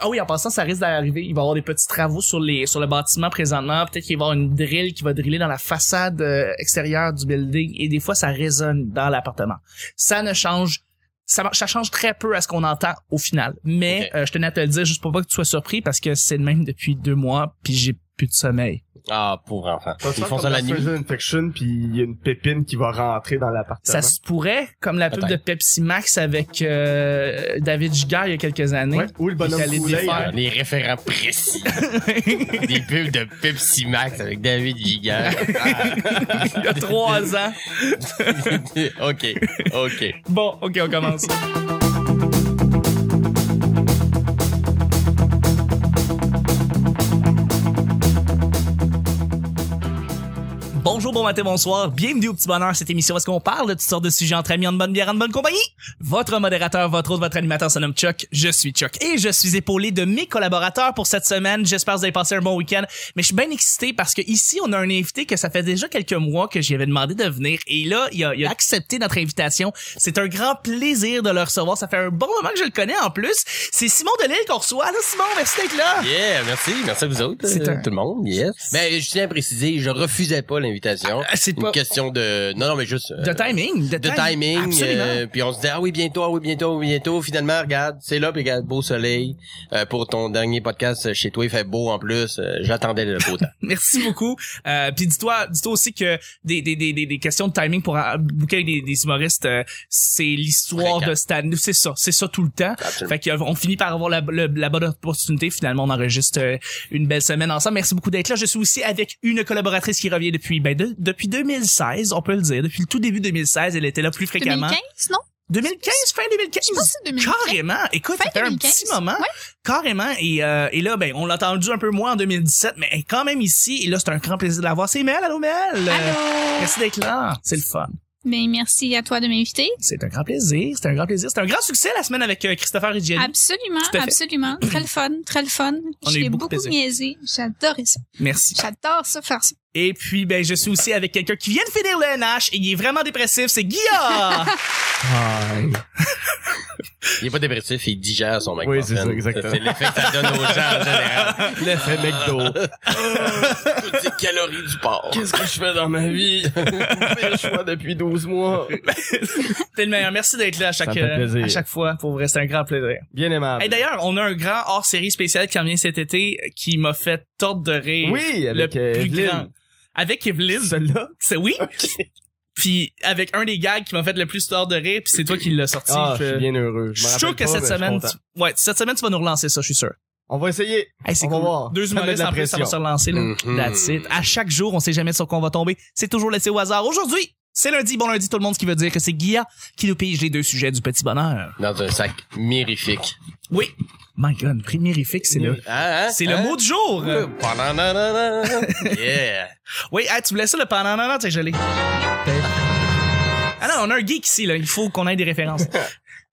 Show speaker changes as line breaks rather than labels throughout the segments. Ah oui, en passant, ça risque d'arriver. Il va y avoir des petits travaux sur les sur le bâtiment présentement. Peut-être qu'il va y avoir une drill qui va driller dans la façade euh, extérieure du building. Et des fois, ça résonne dans l'appartement. Ça ne change ça, mar- ça change très peu à ce qu'on entend au final. Mais
Ok.
euh, je tenais à te le dire juste pour pas que tu sois surpris parce que c'est le même depuis deux mois puis j'ai plus de sommeil.
Ah, pauvre enfant.
va se
Ils
faire
font ça
comme
la
dans
nuit.
Stranger Infection, puis il y a une pépine qui va rentrer dans l'appartement.
Ça se pourrait, comme la pub de
Peut-être.
Pepsi Max avec euh, David Giguère il y a quelques années.
Ouais. Ou le bonhomme
Puis ça les
Kool-Aid.
défaire.
Les référents précis. Des pubs de Pepsi Max avec David Giga.
il y a trois ans.
ok, ok.
Bon, ok, on commence. Bonjour, bon matin, bonsoir. Bienvenue au Petit Bonheur, cette émission où est-ce qu'on parle de toutes sortes de sujets entre amis, en bonne bière, en bonne compagnie. Votre modérateur, votre autre, votre animateur se nomme Chuck. Je suis Chuck et je suis épaulé de mes collaborateurs pour cette semaine. J'espère que vous avez passé un bon week-end, mais je suis bien excité parce que ici on a un invité que ça fait déjà quelques mois que j'y avais demandé de venir et là il a, il a accepté notre invitation. C'est un grand plaisir de le recevoir. Ça fait un bon moment que je le connais en plus. C'est Simon Delille qu'on reçoit. Là, Simon, merci d'être là.
Yeah, merci, merci à vous autres,
C'est
euh,
un-
tout le monde, yes. Mais je tiens à préciser, je refusais pas l'invitation.
Ah, c'est
une
pas-
question de, non, non, mais juste. euh,
De timing, de,
De
tim-
timing,
Absolument.
euh, puis on se dit ah oui bientôt, ah oui bientôt, oui, bientôt. Finalement, regarde, c'est là, puis regarde, beau soleil euh, pour ton dernier podcast euh, chez toi, il fait beau en plus. euh, J'attendais le beau temps.
Merci beaucoup. Euh, puis dis-toi, dis-toi aussi que des, des, des, des, des questions de timing pour euh, bouquer des, des humoristes, euh, c'est l'histoire
Fréquent.
de Stan. C'est ça, c'est ça tout le temps.
Absolument.
Fait qu'on finit par avoir la, le- la bonne opportunité. Finalement, on enregistre euh, une belle semaine ensemble. Merci beaucoup d'être là. Je suis aussi avec une collaboratrice qui revient depuis ben de- depuis 2016, on peut le dire. Depuis le tout début 2016, elle était là plus fréquemment.
2015, non?
2015, fin
Je sais pas
2015.
si c'est 2015.
Carrément. Écoute,
Fin
ça fait un
2015.
petit moment.
Ouais.
Carrément. Et, euh, et là, ben, on l'a entendu un peu moins en 2017, mais elle est quand même ici. Et là, c'est un grand plaisir de la voir. C'est Mel. Allô, Mel. Euh,
Allô?
Merci d'être là. C'est le fun.
Mais merci à toi de m'inviter.
C'est un grand plaisir. C'est un grand plaisir. C'est un grand succès la semaine avec euh, Christopher et Jenny.
Ah, Absolument,
Tout à fait.
absolument. Très le fun, très le fun.
On a eu
J'ai
beaucoup de
beaucoup
plaisir.
niaisé. J'adorais ça.
Merci.
J'adore ça faire ça.
Et puis, ben, je suis aussi avec quelqu'un qui vient de finir le NH et il est vraiment dépressif. C'est Guillaume.
Il est pas dépressif, il digère son mec.
Oui, c'est ça, exactement.
C'est l'effet que ça donne aux gens en général.
L'effet McDo.
Toutes ces calories du porc.
Qu'est-ce que je fais dans ma vie? Mes choix depuis 12 mois.
T'es le meilleur. Merci d'être là à chaque,
me fait
euh,
plaisir.
à chaque fois. Pour vrai, c'est un grand plaisir.
Bien aimable.
Et d'ailleurs, on a un grand hors-série spécial qui en vient cet été euh, qui m'a fait tordre de rire.
oui, avec
le
euh,
plus
Evelyne.
grand. Avec Evelyn.
Celle-là?
C'est oui. Puis avec un des gags qui m'a fait le plus tort de rire, puis c'est toi qui l'as sorti.
Ah, je suis bien heureux.
Je
m'en
suis sûr
rappelle
que
pas,
cette
mais je suis
semaine,
content.
tu- ouais, cette semaine tu vas nous relancer ça, je suis sûr.
On va essayer.
Hey, c'est
On va
cool.
voir.
Deux
Ça met de
humoristes
la
en plus, ça va
pression. Mm-hmm.
se relancer là.
Mhm.
That's it. À chaque jour, on sait jamais sur quoi on va tomber. C'est toujours laissé au hasard. Aujourd'hui, c'est lundi, bon lundi tout le monde, ce qui veut dire que c'est Guilla qui nous pige les deux sujets du petit bonheur.
Dans un sac mirifique.
Oui. My God, primérifique, c'est le,
Hein, hein,
c'est
hein?
le mot du jour.
Bananana. Yeah.
Oui, hey, tu voulais ça le pendant non, non, t'es gelé. Ah non, on a un geek ici là, il faut qu'on ait des références.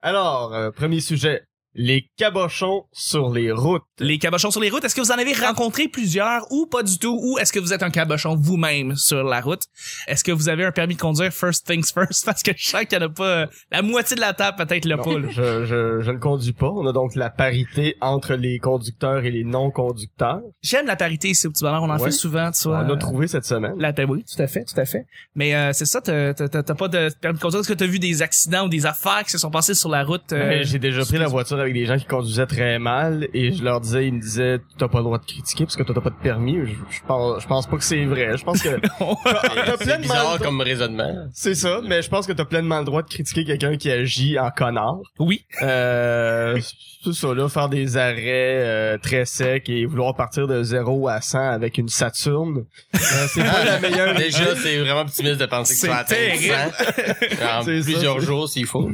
Alors, euh, premier sujet. Les cabochons sur les routes.
Les cabochons sur les routes, est-ce que vous en avez rencontré plusieurs ou pas du tout? Ou est-ce que vous êtes un cabochon vous-même sur la route? Est-ce que vous avez un permis de conduire first things first? Parce que je sens qu'il y en a pas... euh, La moitié de la table peut-être le
Non,
poule.
je, je, je ne conduis pas. On a donc la parité entre les conducteurs et les non-conducteurs.
J'aime la parité ici au petit bonheur, on en
Ouais.
fait souvent, tu
On
vois. euh,
l'a trouvé cette semaine.
La oui, tout à fait, tout à fait. Mais euh, c'est ça, t'as t'as- t'as- t'as pas de permis de conduire. Est-ce que t'as vu des accidents ou des affaires qui se sont passées sur la route? euh,
Mais J'ai déjà pris la voiture avec des gens qui conduisaient très mal et je leur disais, ils me disaient, t'as pas le droit de critiquer parce que toi t'as pas de permis. Je, je pense, je pense pas que c'est vrai. Je pense que Ah, t'as
C'est
pleinement le
bizarre
droit-
comme raisonnement.
c'est ça, mais je pense que t'as pleinement le droit de critiquer quelqu'un qui agit en connard.
Oui.
Euh, tout ça là, faire des arrêts euh, très secs et vouloir partir de 0 à 100 avec une Saturne, euh, c'est pas la meilleure.
Ah. Déjà, c'est vraiment optimiste de penser que tu
C'est
vas atteindre ça en
C'est ça,
plusieurs
c'est-
jours s'il faut.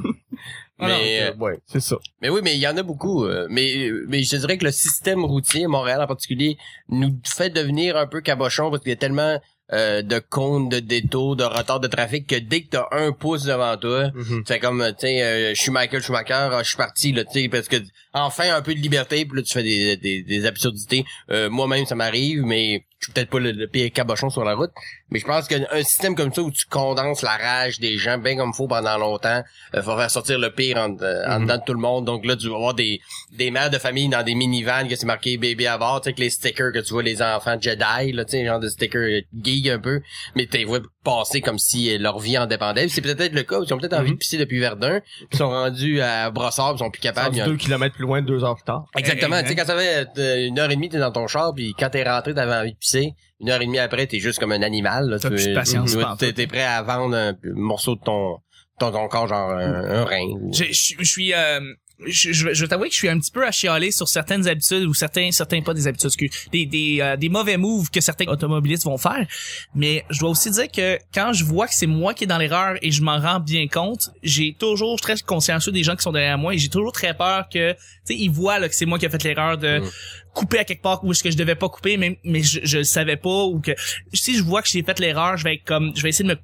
Ah non,
Mais, euh,
Euh, ouais, c'est ça.
mais oui, mais il y en a beaucoup. euh, Mais, mais je dirais que le système routier, Montréal en particulier, nous fait devenir un peu cabochon parce qu'il y a tellement euh, de comptes, de détours, de retards de trafic que dès que t'as un pouce devant toi,
Mm.
c'est comme, tu sais, euh, je suis Michael Schumacher, euh, je suis parti, là, tu sais, parce que enfin un peu de liberté, puis là, tu fais des, des, des absurdités. Euh, Moi-même, ça m'arrive, mais je suis peut-être pas le, le pire cabochon sur la route, mais je pense qu'un un système comme ça où tu condenses la rage des gens bien comme faut pendant longtemps, euh, va faire sortir le pire en, euh, en
Mhm.
dedans de tout le monde. Donc là, tu vas avoir des, des mères de famille dans des minivans que c'est marqué bébé à bord, tu sais, avec les stickers que tu vois les enfants Jedi, là, tu sais, genre de stickers geek un peu, mais t'es vois passer comme si euh, leur vie en dépendait. Puis C'est peut-être le cas, ils ont peut-être envie de pisser depuis Verdun, puis ils sont rendus à Brossard, puis Mhm. ils sont plus capables.
Rendu
ils ont-
deux kilomètres plus loin, deux heures plus tard.
Exactement.
Hey,
Tu sais, quand ça fait euh, une heure et demie, t'es dans ton char, puis quand t'es rentré, t'avais envie de pisser. Une heure et demie après, t'es juste comme un animal. là.
T'as
Tu-
plus de patience,
tu-
pas en
T'es t'es prêt à vendre un p- morceau de ton, ton, ton corps, genre un, un rein. ou-
J'ai- Je je suis... euh, Je, je, vais- je vais t'avouer que je suis un petit peu à chialer sur certaines habitudes ou certains certains pas des habitudes excuse, des des, euh, des mauvais moves que certains automobilistes vont faire mais je dois aussi dire que quand je vois que c'est moi qui est dans l'erreur et je m'en rends bien compte j'ai toujours je suis très consciencieux des gens qui sont derrière moi et j'ai toujours très peur que tu sais ils voient là, que c'est moi qui ai fait l'erreur de
Mm.
couper à quelque part où est-ce que je devais pas couper mais mais je je le savais pas ou que si je vois que j'ai fait l'erreur je vais être comme je vais essayer de me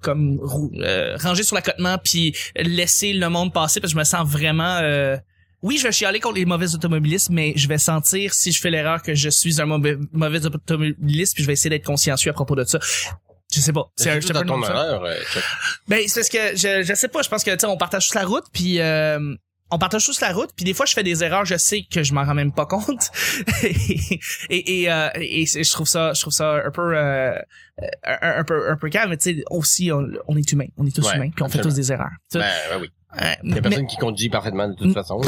comme rou- euh, ranger sur l'accotement puis laisser le monde passer parce que je me sens vraiment euh, oui, je vais chialer contre les mauvais automobilistes, mais je vais sentir si je fais l'erreur que je suis un mauvais, mauvais automobiliste, puis je vais essayer d'être consciencieux à propos de ça. Je sais pas.
C'est
un-
tout
je sais
dans
pas
ton
le nom de ça.
erreur. euh, Chuck.
Ben, c'est parce que je, je sais pas, je pense que tu sais, on partage tous la route puis euh, on partage tous la route puis des fois je fais des erreurs, je sais que je m'en rends même pas compte. et et, euh, et c'est- je trouve ça je trouve ça un peu euh, un, un peu un peu calme, mais tu sais aussi on, on est humain, on est tous
Ouais,
humains, puis on fait
absolument.
tous des erreurs. Tu
Ben,
sais,
ben oui.
ouais,
Il y
mais-
a personne qui conduit parfaitement de toute
Mm.
façon.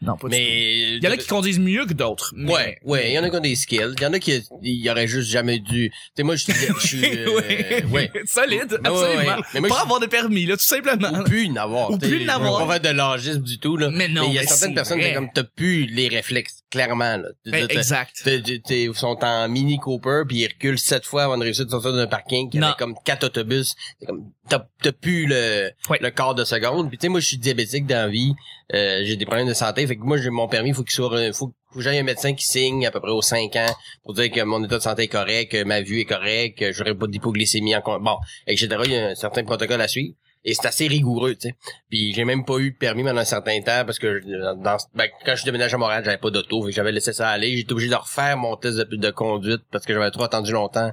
non, pas du tout.
Mais
Il y en a qui conduisent mieux que d'autres. mais-
Ouais, ouais, il y en a qui ont des skills. Il y en a qui y auraient juste jamais dû. Tu sais, moi, je suis, je suis, euh,
ouais.
ouais.
Solide,
Ouais, ouais,
absolument.
ouais. Mais moi,
pas
je-
avoir de permis, là, tout simplement.
ou plus n'avoir.
Ah, Ou
t'sais,
plus n'avoir.
On va faire de l'âgisme du tout, là.
Mais non,
il y a
mais
certaines
c'est
personnes
vrai.
qui, comme, t'as plus les réflexes, clairement, là.
Ben,
T'as- t'as-
exact.
t'as- t'as- t'es- sont en mini Cooper puis ils reculent sept fois avant de réussir de sortir d'un parking qui
Non.
avait comme quatre autobus C'est comme t'as t'as plus le
Ouais.
le quart de seconde puis tu sais moi je suis diabétique dans la vie euh, j'ai des problèmes de santé fait que moi j'ai mon permis faut qu'il soit re- faut faut que j'aille un médecin qui signe à peu près aux cinq ans pour dire que mon état de santé est correct que ma vue est correcte que j'aurai pas d'hypoglycémie en con- bon etc il y a un certain protocole à suivre et c'est assez rigoureux, tu sais. Puis j'ai même pas eu de permis pendant un certain temps parce que je- dans, ben, quand je déménage à Montréal, j'avais pas d'auto, fait que j'avais laissé ça aller. J'étais obligé de refaire mon test de, de conduite parce que j'avais trop attendu longtemps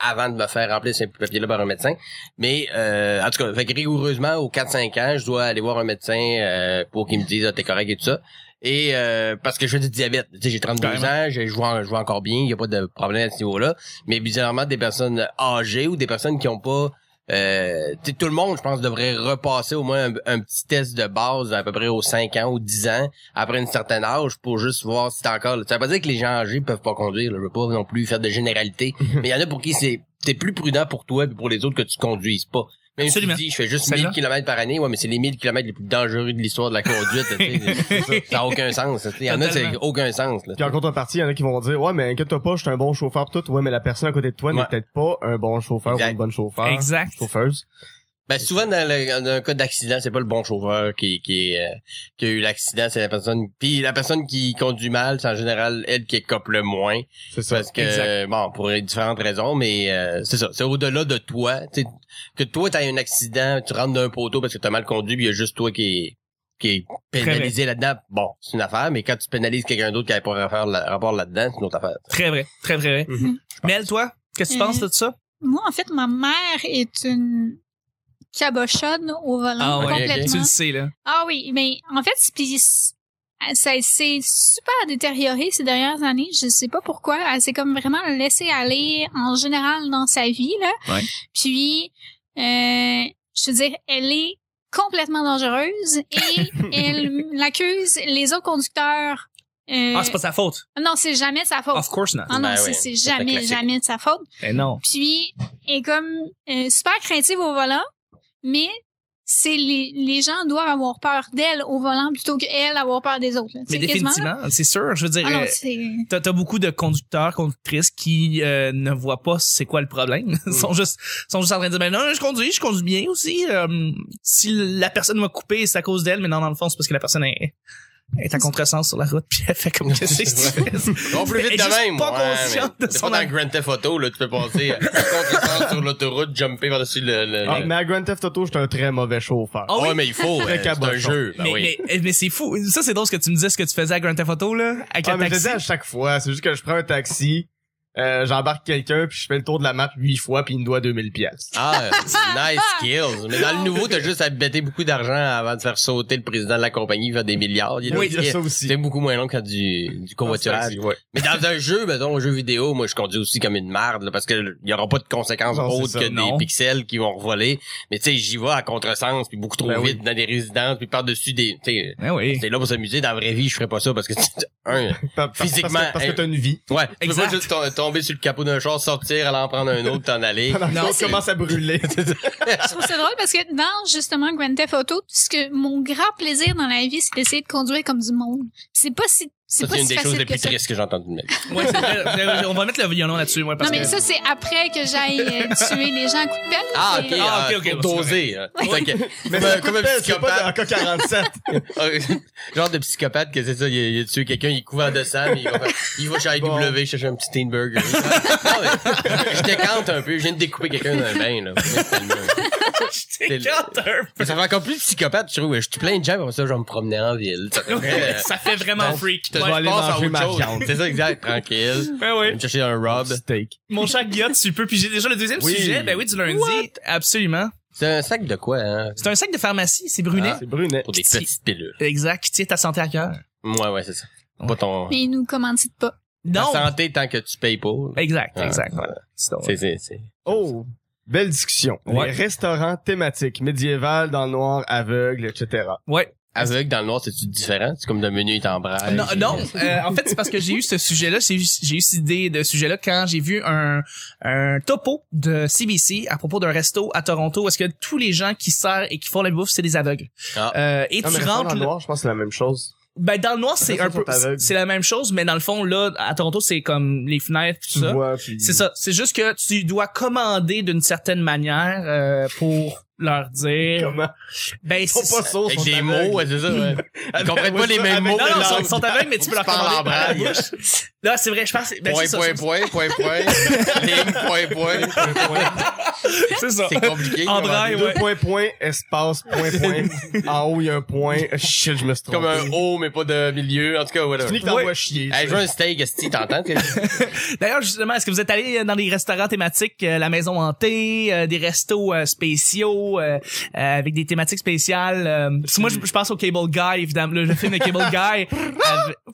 avant de me faire remplir ces papiers-là par un médecin. Mais euh, en tout cas, fait que rigoureusement, aux 4-5 ans, je dois aller voir un médecin euh, pour qu'il me dise ah, t'es correct et tout ça. Et euh, parce que je fais du diabète. Tu sais, j'ai 32
Carrément.
ans, je je joue, en- je joue encore bien, il n'y a pas de problème à ce niveau-là. Mais bizarrement, des personnes âgées ou des personnes qui ont pas euh, tu sais, tout le monde, je pense, devrait repasser au moins un, un petit test de base à peu près aux 5 ans ou 10 ans, après une certaine âge, pour juste voir si t'es encore... Ça veut pas dire que les gens âgés peuvent pas conduire, là. je veux pas non plus faire de généralité,
Mhm.
mais il y en a pour qui c'est t'es plus prudent pour toi et pour les autres que tu conduises pas. Même
Absolument.
si tu dis, je fais juste
Celle-là.
1000 km par année, ouais, mais c'est les 1000 km les plus dangereux de l'histoire de la conduite. là, tu sais. ça n'a aucun sens. là, tu sais. Il y en a, c'est
Totalement.
aucun sens. Là.
Puis en contrepartie, il y en a qui vont dire Ouais, mais inquiète-toi pas, je suis un bon chauffeur pis tout. Ouais, mais la personne à côté de toi
Ouais.
n'est peut-être pas un bon chauffeur
Exact.
ou une bonne chauffeur.
Exact.
Chauffeuse.
Ben souvent dans, le, dans un cas d'accident, c'est pas le bon chauffeur qui qui, est, euh, qui a eu l'accident, c'est la personne. Puis la personne qui conduit mal, c'est en général elle qui écope le moins
C'est ça.
parce que
Exact.
bon pour différentes raisons, mais euh, c'est ça, c'est au-delà de toi, Tu sais, que toi t'as eu un accident, tu rentres d'un poteau parce que t'as mal conduit, puis il y a juste toi qui est qui est pénalisé là-dedans. Bon, c'est une affaire, mais quand tu pénalises quelqu'un d'autre qui n'avait pas rapport là- rapport là-dedans, c'est une autre affaire.
Très vrai, très très vrai.
Mhm.
Mel, toi, qu'est-ce que tu
Euh,
penses de tout ça?
Moi, en fait, ma mère est une cabochonne au volant
Ah ouais,
Hein? complètement.
Tu le sais, là.
Ah oui, mais en fait, c'est- puis c'est- ça s'est super détérioré ces dernières années. Je sais pas pourquoi. Elle s'est comme vraiment laissée aller en général dans sa vie là.
Ouais.
Puis, euh, je veux dire, elle est complètement dangereuse et elle accuse les autres conducteurs. euh,
Ah, c'est pas sa faute.
Non, c'est jamais de sa faute.
Of course not.
Ah non,
Ben
c'est
oui,
c'est
c'est
jamais,
classique.
jamais de sa faute.
Eh non.
Puis, elle est comme euh, super craintive au volant, mais c'est les, les gens doivent avoir peur d'elle au volant plutôt qu'elle avoir peur des autres. là.
Mais
C'est quasiment-
définitivement, c'est sûr. Je veux dire,
Ah non,
euh,
c'est...
t'as t'as beaucoup de conducteurs, conductrices qui euh, ne voient pas c'est quoi le problème. Ils sont juste, sont juste en train de dire, ben non, je conduis, je conduis bien aussi. Euh, si la personne m'a coupé, c'est à cause d'elle, mais non, dans le fond, c'est parce que la personne est, est à contresens sur la route, puis elle fait comme que c'est que tu fais?
On plus
Elle est
vite de
juste
même.
pas
ouais,
consciente
mais
de
t'es
son
pas
âge.
dans Grand Theft Auto, là, tu peux passer euh, contre-sens sur l'autoroute, jumper par-dessus le... le-
Ah,
le-
mais à Grand Theft Auto, j'étais un très mauvais chauffeur.
Ah oui?
ouais, mais il faut. euh, c'est
cabochon.
un jeu. Ben
mais,
oui.
mais, mais c'est fou. Ça, c'est drôle ce que tu me disais, ce que tu faisais à Grand Theft Auto, là, avec
Ah,
le
mais je le
taxi.
dis à chaque fois, c'est juste que je prends un taxi, euh, j'embarque quelqu'un, puis je fais le tour de la map huit fois, puis il me doit 2000 pièces.
Ah, nice skills. Mais dans le nouveau, t'as juste à bêter beaucoup d'argent avant de faire sauter le président de la compagnie vers des milliards. Il y a
Oui,
des-
il y a ça Ah, aussi.
C'est beaucoup moins long que du, du convoiturage.
Ouais.
Mais dans un jeu, mettons, un jeu vidéo, moi, je conduis aussi comme une merde, là, parce que il y aura pas de conséquences
Non, c'est
autres
ça,
que
non.
des pixels qui vont voler. Mais tu sais, j'y vais à contresens, puis beaucoup trop
Ben oui.
vite dans des résidences, puis par-dessus des, tu sais,
Ah oui.
c'est là pour s'amuser. Dans la vraie vie, je ferais pas ça parce que, un,
Pa- pa-
Physiquement,
Parce que, parce que
hey.
t'as une vie.
ouais, tu peux
Exact.
pas juste to- tomber sur le capot d'un char, sortir, aller en prendre un autre, t'en aller.
Pendant que
Non,
l'autre
c'est-
commence à brûler.
Je trouve ça drôle parce que dans justement Grand Theft Auto, ce que mon grand plaisir dans la vie, c'est d'essayer de conduire comme du monde. C'est pas si
Ça,
c'est pas
c'est une
si
des choses
facile
les
que
plus
ça.
tristes que j'ai entendues de ma vie.
Ouais, c'est vrai. Vrai, on va mettre le violon là-dessus, ouais, parce
Non mais
que...
ça c'est après que j'aille euh, tuer des gens à coups de pelle.
Ah,
C'est-
ok,
Ah,
ah,
ok, ok,
pour
c'est
doser. hein. Ok.
Mais
Comme un-
c'est
comme un
c'est pas
psychopathe.
encore 47.
Genre de psychopathe que c'est ça, il a, il a tué quelqu'un, il est couvert de sang, mais il va, faire- il va chez IW
Bon.
chercher un petit Steinberger. Non, mais je décante un peu, je viens de découper quelqu'un dans le bain, là.
c'est quatre
Mais ça fait encore plus psychopathe, je trouve. Je tue plein de gens, comme ça, genre me promener en ville. Ça fait-
heures. Ça fait vraiment freak.
euh, Je
Je vais aller
passe à
manger
autre
ma
chose.
viande.
C'est ça, exact, tranquille.
Ben
Je vais
oui.
me chercher un Rob.
Steak.
Mon chat Guillaume, tu peux piger déjà le deuxième
Oui.
sujet. Ben oui, du lundi. Absolument.
C'est un sac de quoi, hein?
C'est un sac de pharmacie, c'est brunet.
Ah.
C'est brunet.
Pour des
Petit.
petites pilules.
Exact, qui tient ta santé à cœur.
Ouais, ouais, c'est ça. Pas ton,
Mais ils nous commandent pas.
ta
Non.
santé tant que tu payes pour.
Exact,
Ah.
exact. Voilà. C'est drôle.
C'est, c'est, c'est.
Oh, belle discussion.
Ouais.
Les restaurants thématiques, médiéval, dans le noir, aveugle, etc.
Ouais.
Aveugle dans le noir, c'est-tu différent? C'est comme le menu est en braille.
Non, non. euh, en fait, c'est parce que j'ai eu ce sujet-là, j'ai eu, j'ai eu cette idée de sujet-là quand j'ai vu un, un topo de CBC à propos d'un resto à Toronto où est-ce que tous les gens qui servent et qui font la bouffe, c'est des aveugles.
Ah.
Euh, et
Non, mais
tu
restaurant dans
rentres...
le noir, je pense que c'est la même chose.
Ben, dans le noir, c'est
Ça,
un
sont
peu...
aveugles.
C'est la même chose, mais dans le fond, là, à Toronto, c'est comme les fenêtres pis tout
Tu
ça.
vois, puis...
C'est ça. C'est juste que tu dois commander d'une certaine manière euh, pour leur dire...
Comment?
Ben,
Ils
c'est
sont pas sourds,
Avec
sont
des
aveugles.
mots, ouais, c'est ça, ouais. Ils
Avec-
comprennent pas
ouais,
les
ça,
mêmes
avec
mots.
la
Non, non,
langue.
ils sont- sont aveugles, mais tu peux leur
Tu parles en
commander par la
braille.
bouche. Non, c'est vrai, je pense... Ben,
Point,
c'est ça,
point,
c'est-
point, point, point. Ligne, point, point.
C'est ça.
C'est compliqué.
En
comme-
braille,
Deux
ouais.
points, points, espace, point, point. en haut, il y a un point. Shit, je me suis trompé.
Comme un O, mais pas de milieu. En tout cas, voilà.
Tu finis que t'envoies
Ouais.
chier.
Hey, je veux un steak, esti, t'entends? t'es-
D'ailleurs, justement, est-ce que vous êtes allé euh, dans des restaurants thématiques, euh, la maison hantée, euh, des restos euh, spéciaux euh, euh, avec des thématiques spéciales euh, parce que Moi, je, je pense au Cable Guy, évidemment, le, le film de Cable Guy. avec-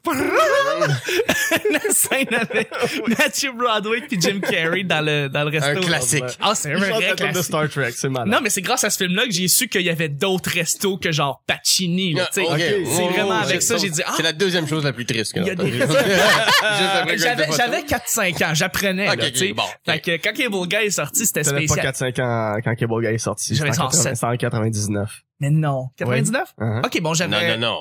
la scène avec Matthew Broderick puis Jim Carrey dans le dans le
Un
resto.
classique.
Ah, c'est un
Je chante
vrai
la tune de
classique.
Star Trek, c'est malade.
Non, mais c'est grâce à ce film-là que j'ai su qu'il y avait d'autres restos que genre Pacini. là,
Ah, Ok. Oh,
tu sais.
Ouais,
C'est
ouais,
vraiment
ouais.
avec ça, j'ai dit, ah!
C'est la deuxième chose la plus triste que
Il y a des-
Juste après que
J'avais,
j'ai fait
j'avais 4-5 ans, j'apprenais.
Ok,
là,
ok,
tu sais.
bon, ok.
Fait que quand Cable Guy est sorti, c'était
T'avais pas
spécial.
4-5 ans quand Cable Guy est sorti.
J'avais
C'était en
107.
80 c'était en 99.
Mais non. 99?
Uh-huh.
Ok, bon,
ça.
j'avais
Non, non, non.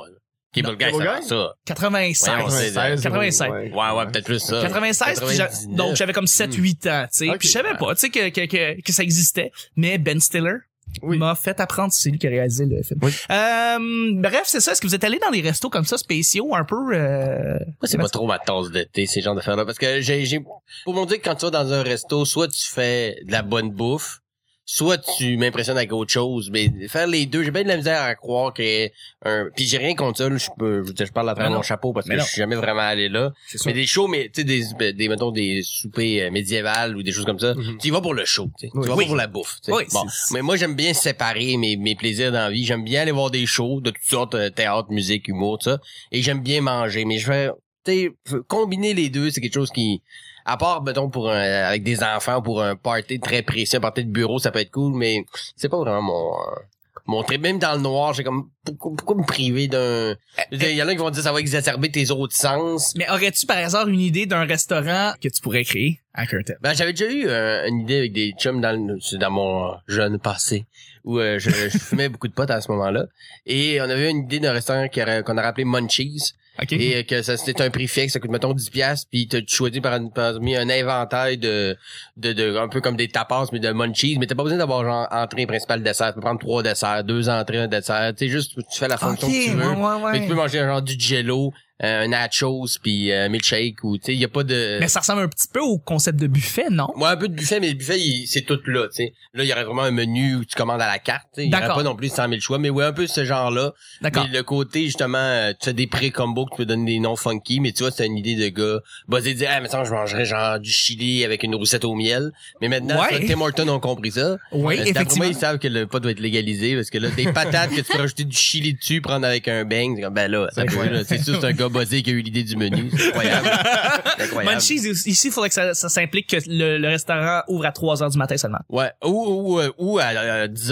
Cable Guy,
Cable
ça
Guy?
fait ça.
96.
Ouais, ouais, c'est-
96.
ouais.
Ouais, ouais, peut-être plus ça. Hmm.
96, puis j'a-
99.
donc j'avais comme 7-8 ans, tu sais.
Ok.
Puis je savais pas, tu sais, que, que, que, que ça existait. Mais Ben Stiller
Oui.
m'a fait apprendre, c'est lui qui a réalisé le film.
Oui.
Euh, bref, c'est ça. Est-ce que vous êtes allé dans des restos comme ça, spéciaux, un peu... Euh...
Moi, c'est pas trop ma tasse de thé, ces genres d'affaires-là. Parce que j'ai, j'ai, pour mon dire que quand tu vas dans un resto, soit tu fais de la bonne bouffe, soit tu m'impressionnes avec autre chose. Mais faire les deux, j'ai bien de la misère à croire que un, puis j'ai rien contre ça, là, je peux, je, veux dire, je parle à travers
Mais non.
mon chapeau parce
Mais
que
non.
je suis jamais vraiment allé là. Mais des shows, mais, tu sais, des, des, mettons, des soupers euh, médiévales ou des choses comme ça. Tu y vas pour le show, tu sais.
Oui.
Tu vas
Mhm. Oui.
pas pour la bouffe, tu sais.
Oui,
Bon.
c'est-
Mais moi, j'aime bien séparer mes, mes plaisirs dans la vie. J'aime bien aller voir des shows de toutes sortes, euh, théâtre, musique, humour, tout ça. Et j'aime bien manger. Mais je vais, tu sais, combiner les deux, c'est quelque chose qui, à part, mettons, pour un, avec des enfants, pour un party très précis, un party de bureau, ça peut être cool, mais c'est pas vraiment mon, euh, mon trip. Même dans le noir, j'ai comme, pourquoi, pourquoi me priver d'un, Je veux dire, il y en a qui vont dire ça va exacerber tes autres sens.
Mais aurais-tu par hasard une idée d'un restaurant que tu pourrais créer à Curtin?
Ben, j'avais déjà eu euh, une idée avec des chums dans, le- c'est dans mon euh, jeune passé où euh, je, je fumais beaucoup de potes à ce moment-là. Et on avait une idée d'un restaurant qui aurait- qu'on aurait appelé Munchies.
Ok.
Et euh, que ça c'était un prix fixe, ça coûte mettons 10 pièces puis tu choisis par parmi un inventaire de, de de un peu comme des tapas mais de munchies, mais t'as pas besoin d'avoir genre entrée principale dessert, tu peux prendre trois desserts, deux entrées, un dessert, tu sais juste tu fais la fonction
Ok,
que tu veux.
ouais, ouais, ouais.
Mais tu peux manger genre du jello, euh, nachos puis euh, milkshake ou tu sais, il y a pas de
Mais ça ressemble un petit peu au concept de buffet, non?
Moi, un peu de buffet, mais le buffet, il- c'est tout là, tu sais. Là, il y aurait vraiment un menu où tu commandes à la carte, tu sais. Il y aurait
D'accord.
pas non plus 100 000 choix, mais ouais, un peu ce genre-là.
D'accord.
Mais le côté, justement, euh, tu fais des pré-combos que tu peux donner des noms funky, mais tu vois, c'est une idée de gars. Basé dire, ah, mais ça, je mangerais genre du chili avec une roussette au miel. Mais maintenant,
Ouais.
ça, Tim Hortons ont compris ça.
Oui,
Euh, D'après moi,
effectivement.
ils savent que le pot doit être légalisé parce que là, des patates que tu peux rajouter du chili dessus, prendre avec un bang, c'est comme, ben là, ça peut- là, c'est sûr, c'est un gars basé qui a eu l'idée du menu. C'est incroyable. C'est incroyable.
Munchies, ici, il faudrait que ça, ça s'implique que le, le restaurant ouvre à 3 heures du matin seulement.
Ouais, ou, ou, euh, ou à euh,
10h15,
10h15, ça dépend,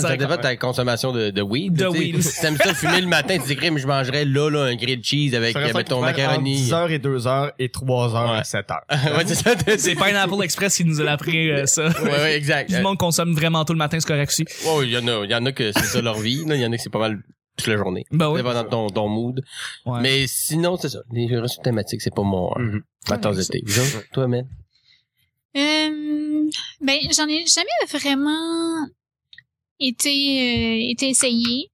ça dépend de ta consommation de, de weed.
De
tu sais.
weed.
Si t'aimes ça fumer le matin, tu dis, crime, je mangerais là, là, un grilled cheese avec, euh, mettons, macaroni.
10h et 2h et 3h
Ouais.
et 7h.
ouais, c'est ça. t'es-
C'est Pineapple Express qui nous a appris euh, ça.
Ouais, ouais, exact.
Tout le
Euh,
monde consomme vraiment tôt le matin, c'est correct aussi.
ouais, il y en a, il y en a que c'est ça leur vie, là. Il y en a que c'est pas mal toute la journée.
Ben
Ça
oui.
dépend de ton, ton mood.
Ouais. Mm-hmm.
Mais sinon, c'est ça. Les ressources thématiques, c'est pas mon, euh,
Mhm.
ma tasse de thé. Jo, toi, man.
Euh, ben, j'en ai jamais vraiment été, euh, été essayé.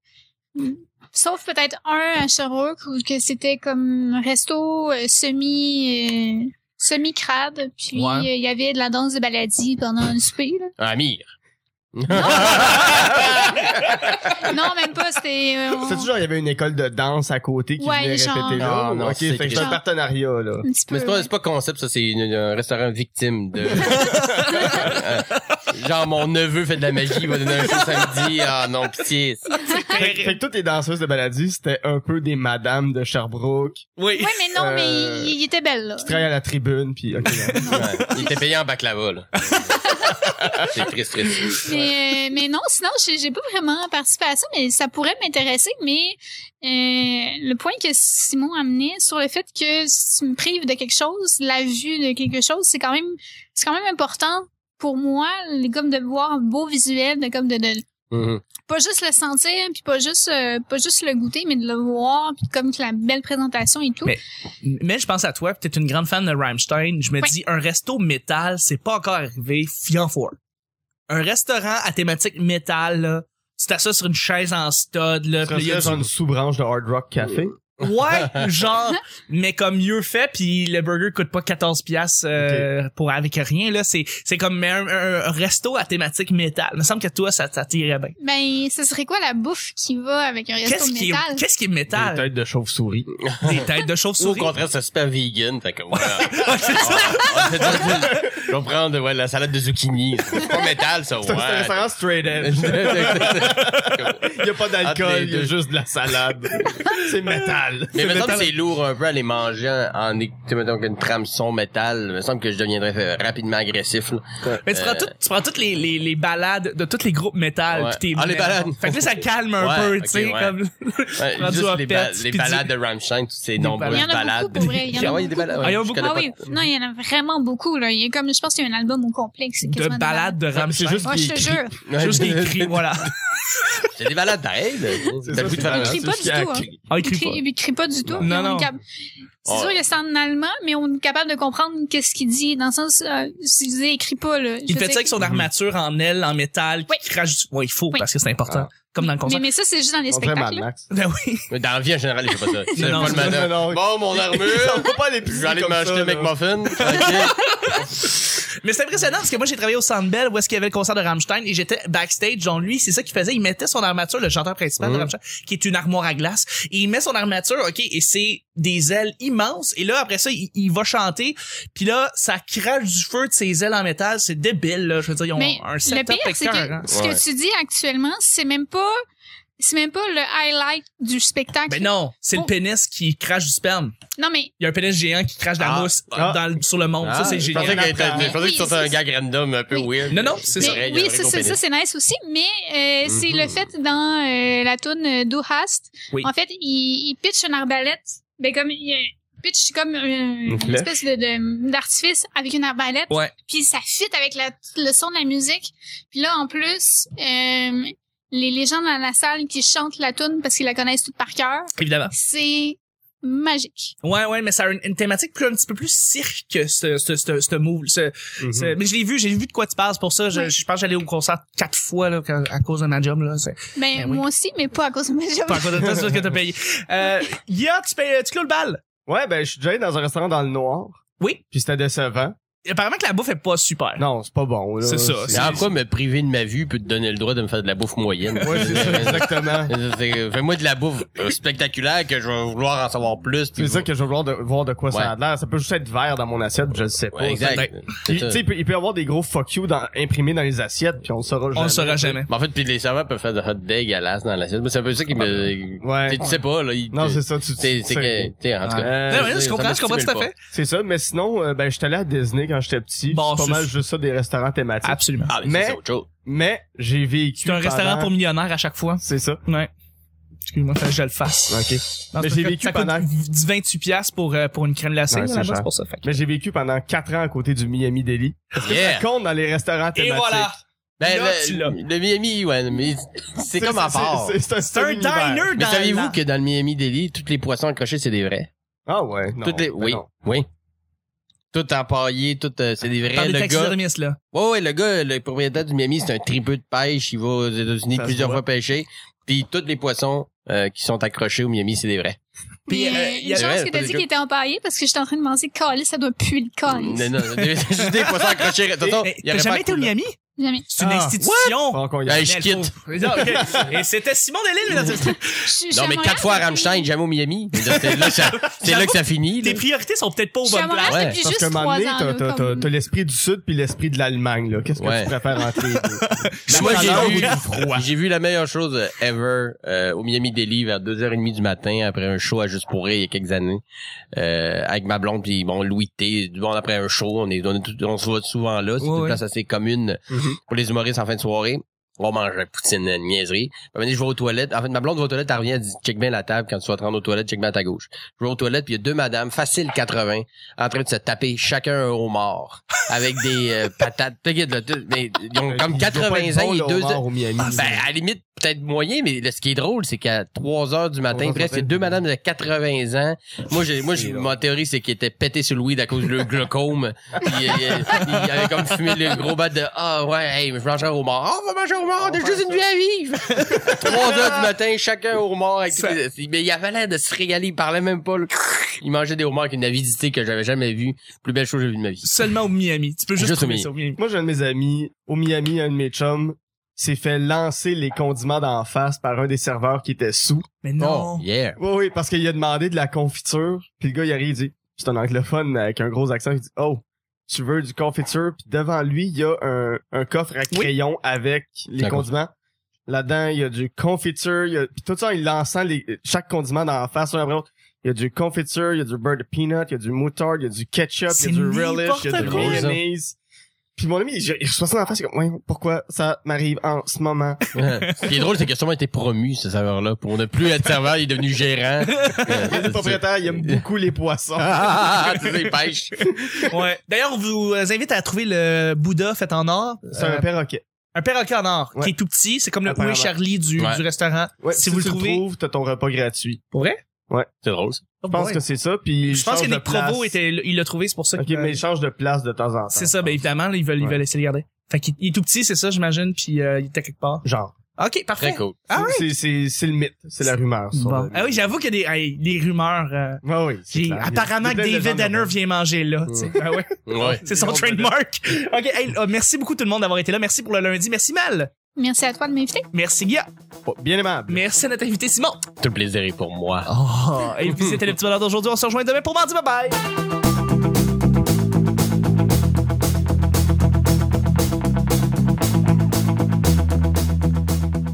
Sauf peut-être un à Sherbrooke où que c'était comme un resto euh, semi, euh, semi-crade. Puis
Ouais.
euh, il y avait de la danse de baladi pendant un souper. là.
Un Amir.
Non, même pas, c'était... euh, on-
C'était genre, il y avait une école de danse à côté qui
Ouais,
venait
genre.
répéter là.
Non, non,
ok,
c'est
fait que c'est
genre-
un partenariat, là.
un petit peu.
Mais c'est pas, c'est pas concept, ça, c'est une- un restaurant victime de. Euh, Genre, mon neveu fait de la magie, il va donner un show samedi. Ah non, pitié.
Fait, fait que toutes les danseuses de baladi, c'était un peu des madames de Sherbrooke
Oui.
Ouais, mais non, mais
Euh,
il, il était belle, là.
qui travaillaient à la tribune, puis ok, là.
Ouais. Il était payé en baklava, là. C'est triste, triste.
Mais, euh, mais non, sinon, j'ai j'ai pas vraiment participé à ça, mais ça pourrait m'intéresser. Mais euh, le point que Simon amenait sur le fait que si tu me prives de quelque chose, la vue de quelque chose, c'est quand même c'est quand même important pour moi, les- comme de voir un beau visuel, de comme de, de
Mhm.
pas juste le sentir, puis pas juste euh, pas juste le goûter, mais de le voir, puis comme que la belle présentation et tout.
Mais- Mais je pense à toi, t'es une grande fan de Rammstein. Je me
Ouais.
dis, un resto métal, c'est pas encore arrivé. Fiant fort. Un restaurant à thématique métal, là, tu t'assois sur une chaise en stud, là.
Ça
puis il y a du-
serait genre une sous-branche de Hard Rock Café.
Ouais, genre, mais comme mieux fait, puis le burger coûte pas 14 piastres euh, pour avec rien là. C'est c'est comme un, un- un resto à thématique métal. Il me semble que toi ça t'attirait bien.
Ben, ce serait quoi la bouffe qui va avec un resto
Qu'est-ce qui est
métal?
qu'est-ce qui est
Des
métal
têtes de chauve-souris.
Des têtes de
Ou au
chauve-souris.
contraire, c'est super vegan. Fait que, ouais. Ouais, Je vais prendre, ouais, la salade de zucchini. C'est pas métal, ça, ouais.
C'est un- c'est un restaurant straight edge. Il y a
Entre
pas
les
d'alcool, il y a
deux.
juste de la salade. c'est métal.
Mais il me semble
métal.
que c'est lourd un peu à les manger en, en écoutant, mettons, qu'une trame son métal. Il me semble que je deviendrais euh, rapidement agressif, là.
Mais tu prends, tout- tu prends toutes les, les, les balades de tous les groupes métal
Ouais.
pis t'es
Ah, les
mais-
balades.
Fait que là, ça calme un
Ouais,
peu,
ok,
tu sais,
ouais.
comme...
Ouais,
Rendu
juste
à
les,
Pets,
ba- les
puis
balades de Rammstein, toutes ces nombreuses
balades.
Il y en a
balades.
beaucoup, pour vrai, il y en a
Ah ouais, il y a des
beaucoup.
balades.
Ah, il y en a
Je
beaucoup.
connais
Ah
pas-
oui, non, il y en a vraiment beaucoup là. Il y a comme je pense qu'il y a un album au complexe
De balades de Rammstein.
C'est juste-
Moi, Oh, je te
qui-
jure.
Ouais,
Juste
des-
qu'il crie, voilà.
C'est des balades pareilles. là.
C'est
T'as le goût
ça,
de
c'est
faire
des
un-
Il crie
c'est
pas
ce
du
qui a
tout. hein.
écrit.
Ah, il
Il
crie pas.
crie, il crie pas du tout.
Non,
puis on est
non.
cap- C'est
Oh.
sûr que c'est en allemand, mais on est capable de comprendre qu'est-ce qu'il dit. Dans le sens, euh, s'il disait, écrit pas, là.
Il
Je
fait
sais
ça avec son armature en aile, en métal,
Oui.
qui crache du- Ouais, il faut,
Oui.
parce que c'est important.
Ah.
Comme dans le
que- Mais,
concert.
mais ça, c'est juste dans les
On dirait Mad
spectacles. là.
Max.
Ben oui.
Mais Dans la vie, en général, il fait pas ça. Il fait
non,
pas le
non,
matin.
non, non.
Bon, mon
Ça
armure.
va pas à
Je
l'épicerie
vais aller
comme
m'acheter
ça,
un
là.
McMuffin.
Mais c'est impressionnant parce que moi j'ai travaillé au Sandbell où est-ce qu'il y avait le concert de Rammstein et j'étais backstage. Genre lui, c'est ça qu'il faisait. Il mettait son armature, le chanteur principal de
Mhm.
Rammstein, qui est une armoire à glace. Et il met son armature, ok, et c'est des ailes immenses. Et là après ça, il, il va chanter. Puis là, ça crache du feu de ses ailes en métal. C'est débile. Là. Je veux dire, ils ont
Mais
un
le
setup
pire, c'est que
écœurant. hein.
ce
Ouais.
que tu dis actuellement, c'est même pas, c'est même pas le highlight du spectacle.
Ben non, c'est le
Oh.
pénis qui crache du sperme.
Non, mais
Il y a un pénis géant qui crache de la
Ah.
mousse
Ah.
dans le- sur le monde. ça c'est
Je pensais
génial.
que t'as- je pensais que tu sortais un
Oui,
gag random un peu
oui.
weird.
Non, non, c'est
Mais
ça.
vrai, il y a
oui,
un
c'est
gros
ça, ça
pénis.
c'est nice aussi, mais euh, c'est
Mhm.
le fait dans euh, la tune euh, Do Hast.
Oui.
En fait, il, il pitch une arbalète, ben comme il euh, pitch comme euh,
Une
une
flèche.
espèce de de- d'artifice avec une arbalète.
Ouais.
Puis ça fit avec la, le son de la musique. Puis là en plus, euh, les, les gens dans la salle qui chantent la tune parce qu'ils la connaissent toute par cœur,
Évidemment.
c'est magique.
Ouais, ouais, mais ça a une, une thématique plus, un petit peu plus cirque, ce, ce, ce, ce move. ce-
Mhm. Mm-hmm.
ce- mais je l'ai vu, j'ai vu de quoi tu passes pour ça. Je,
Ouais.
je pense que j'allais au concert quatre fois là, quand- à cause de ma job. Là. C'est
Ben,
Ben oui.
moi aussi, mais pas à cause de ma job.
pas à cause de toi, c'est parce que t'as payé. Euh, Guilla, tu, payes, tu clôt le bal.
Ouais, ben, je suis déjà allé dans un restaurant dans le noir.
Oui.
Puis c'était décevant.
Apparemment que la bouffe est pas super.
Non, c'est pas bon, là.
C'est ça,
Mais en quoi me priver de ma vue peut te donner le droit de me faire de la bouffe moyenne?
Ouais, c'est ça, exactement.
C'est- c'est- Fais-moi de la bouffe euh, spectaculaire que je vais vouloir en savoir plus. puis
C'est ça que je veux voir de, voir de quoi
Ouais.
ça a l'air. Ça peut juste être vert dans mon assiette, je le sais pas.
Ouais, exact.
Ben,
C'est
Il, tu
ça.
sais, il peut, il peut y avoir des gros fuck you dans, imprimés dans les assiettes, puis on le saura jamais.
On le saura jamais.
Mais en fait, puis les serveurs peuvent faire de hot dégueulasse dans l'assiette. Mais c'est un peu ça qui me...
Ouais.
Tu sais, tu sais pas, là. il-
Non, c'est ça, tu
C'est c'est que... tu sais, en tout cas...
Euh,
Non, ouais,
c'est-
je
ça
comprends,
me
je comprends tout à
stimule
fait.
C'est ça, mais sinon, euh, ben, j'étais allé à Disney quand j'étais petit.
Bon,
c'est
c'est-
pas mal juste ça, des restaurants thématiques.
Absolument.
Ah, mais,
Mais-
ça, c'est autre chose.
Mais, j'ai vécu.
C'est un restaurant
pendant-
pour millionnaires à chaque fois.
C'est ça.
Ouais. Excuse-moi, fallait que je le fasse.
OK.
Non,
Mais
c'est parce
j'ai
que
vécu
ça coûte
pendant-
28 piastres pour euh, pour une crème glacée
Ouais,
là,
c'est
là-bas,
cher.
c'est pour ça. Fait que-
Mais j'ai vécu pendant quatre ans à côté du Miami Deli.
Yeah!
Compte dans les restaurants
Et
thématiques.
voilà.
Ben,
Là, tu l'as.
le, le Miami, ouais, mais c'est comme en
un
part.
C'est c'est un
C'est un
semi-univers.
diner
Mais
dans
saviez-vous
la-
que dans le Miami Deli, tous les poissons accrochés, c'est des vrais?
Ah ouais. Non,
Toutes les...
ben
Oui,
non.
oui. Tout empaillé, tout, euh, c'est des
Par
eh,
vrais.
des
Le gars,
taxidermistes là.
Ouais, ouais, le gars, le propriétaire du Miami, c'est un tripeux de pêche. Il va aux États-Unis
Ça se
plusieurs
voit.
fois pêcher. Puis tous les poissons euh, qui sont accrochés au Miami, c'est des vrais.
Puis,
Puis,
euh, il
une
y a-
chance
ouais,
que t'as
pas
dit
des
qu'il était empaillé parce que j'étais en train de manger calice, ça doit puer le calice.
Non, non, c'est juste des poissons accrochés. De toute
Oh,
façon,
Mais
il
Eh,
y
T'as
aurait
jamais
pas
été au
de-
Miami?
Jamais.
C'est une
Ah.
institution.
Encore, il y a-
Hey, je quitte.
Non, ok. Et c'était Simon Delille, mesdames et messieurs.
Je suis- je suis
Non,
à
mais
Montréal
quatre fois à
depuis-
Rammstein, jamais au Miami. Mais là, C'est là, que ça- c'est là que ça finit. là.
Tes priorités sont peut-être pas
Je
aux
suis à
bonnes
Montréal
places.
Ouais,
depuis
Parce
juste
qu'à un moment
trois
donné,
ans. euh,
t'as-
là,
t'as t'as-
comme-
t'as l'esprit du Sud puis l'esprit de l'Allemagne. là. Qu'est-ce
Ouais.
que tu préfères entre les deux?
Moi,
La
j'ai
chaleur
vu,
ou du
j'ai vu la meilleure chose euh, ever euh, au Miami Deli vers 2h30 du matin après un show à Juste pour rire il y a quelques années euh, avec ma blonde puis bon Louis T du bon après un show on est on, est tout- on se voit souvent là c'est
Ouais, Mm-hmm.
une
ouais.
place assez commune pour les humoristes en fin de soirée on mange la poutine la niaiserie Puis, un moment donné, je vais aux toilettes en fait ma blonde va aux toilettes elle revient elle dit check bien la table quand tu vas te rendre aux toilettes check bien à ta gauche je vais aux toilettes puis il y a deux madames facile 80 en train de se taper chacun un homard avec des euh, patates T'inquiète, là, tout- mais ils ont comme
Il doit Euh, pas
80
être
ans
bon,
et
le
deux
homard au Miami.
ben, à la limite, peut-être moyen, mais là, ce qui est drôle, c'est qu'à 3 heures du matin,
Trois heures
presque,
du matin.
c'est deux madames de 80 ans. Moi, j'ai, moi, j'ai, ma théorie, c'est qu'ils étaient pétés sur le weed à cause du glaucome. Puis, euh, il, il avait comme fumé le gros bat de, ah, ouais, hey, je mange un homard. Ah, on va manger un homard, t'as juste une vie à vivre. 3 heures du matin, chacun au homard avec
Ça-
tous les- mais il avait l'air de se régaler, il parlait même pas, là. Il mangeait des homards avec une avidité que j'avais jamais vue. Plus belle chose que j'ai vue de ma vie.
Seulement au Miami. Tu peux juste
Juste au
trouver
Miami.
ça au Miami.
Moi, j'ai un de mes amis, au Miami, un de mes chums, s'est fait lancer les condiments d'en face par un des serveurs qui était sous.
Mais non.
Oh, yeah.
Oui, oui, parce qu'il a demandé de la confiture, puis le gars, il arrive, il dit, c'est un anglophone avec un gros accent, il dit, oh, tu veux du confiture, puis devant lui, il y a un, un coffre à crayon avec les
D'accord.
condiments. Là-dedans, il y a du confiture, il y a, puis tout ça, il lançant les, chaque condiment dans la face, un après l'autre. Il y a du confiture, il y a du beurre de peanut, il y a du moutarde, il y a du ketchup, il y
C'est
a du relish, il y a
n'importe
du
quoi.
mayonnaise. Puis mon ami, il il reçoit ça dans la face, il est comme, ouais, pourquoi ça m'arrive en ce moment?
Ce qui est drôle, c'est qu'il a sûrement été promu, ce serveur-là. Pour ne plus être serveur, il est devenu gérant.
Le propriétaire, il aime beaucoup les poissons.
Ah, tu sais, il pêche. Oh.
Ouais. D'ailleurs, on vous euh, invite à trouver le Bouddha fait en or.
C'est
Euh,
un perroquet.
un perroquet en or
Ouais.
qui est tout petit. C'est comme le Où est
Apparemment.
Charlie du,
Ouais.
du restaurant.
Ouais,
si, vous le
tu
trouvez.
trouves, t'as ton repas gratuit.
Pour vrai?
C'est drôle, ça.
Je pense que c'est ça, puis
je pense que
les
Nick Provo était, il l'a trouvé, c'est pour ça
Ok,
que.
mais il change de place de temps en temps.
C'est ça, ben évidemment, là, ils veulent, ils
Ouais.
veulent essayer de garder. Fait qu'il il est tout petit, c'est ça, j'imagine, puis euh, il était quelque part.
Genre.
Ok, parfait.
Très cool.
Ah
C'est- c'est c'est c'est le mythe, c'est la rumeur. ça.
Bon. Ah oui, j'avoue qu'il y a des, hey, des rumeurs. euh,
Ah oui. c'est
qui-
clair.
apparemment que
Il y a plein de
David
légendes
Danner
là-bas.
vient manger là. tu sais. Ah ouais,
Ouais.
c'est son
Ils ont pas de-
trademark. ok, hey, euh, merci beaucoup tout le monde d'avoir été là. Merci pour le lundi. Merci Mal.
Merci à toi de m'inviter.
Merci Guilla.
Oh, Bien aimable.
Merci à notre invité Simon.
Tout le plaisir est pour moi.
Oh, et puis c'était le petit bonheur d'aujourd'hui. On se rejoint demain pour mardi. Bye bye.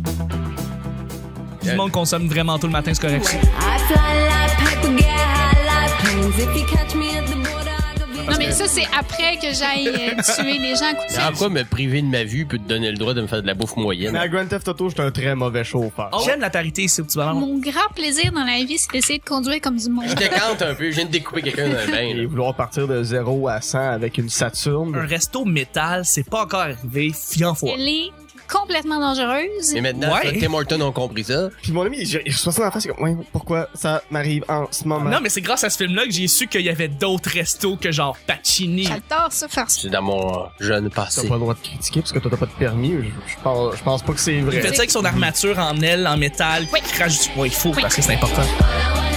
Tout le monde consomme vraiment tout le matin, c'est correct.
I fly like paper, get high like planes. If you catch me at the border, I could be.
Non, mais ça, c'est après que j'aille euh, tuer les gens à coups de
Mais en
feu.
quoi me priver de ma vue peut te donner le droit de me faire de la bouffe moyenne?
Mais à Grand Theft Auto, j'étais un très mauvais chauffeur.
J'aime la parité ici au petit bonheur.
Mon grand plaisir dans la vie, c'est d'essayer de conduire comme du
Je
monde.
décante un peu. Je viens de découper quelqu'un dans le bain.
Et
là.
vouloir partir de 0 à 100 avec une Saturne.
Un resto métal, c'est pas encore arrivé. Fiant
Elle est complètement dangereuse.
Mais maintenant,
Ouais.
Tim Horton ont compris ça.
Puis mon ami, j'ai j'ai 60 en face, c'est comme, ouais, pourquoi ça m'arrive en ce moment?
Non, mais c'est grâce à ce film-là que j'ai su qu'il y avait d'autres restos que genre Pacini.
J'adore ça, faire ça.
C'est dans mon euh, jeune
T'as
passé.
pas le droit de critiquer parce que t'as pas de permis. Je, je pense, je pense pas que c'est
Il
vrai.
fait ça avec son armature en aile, en métal,
Oui.
qui crache du poids. Il faut
Oui.
parce que c'est important.
I wanna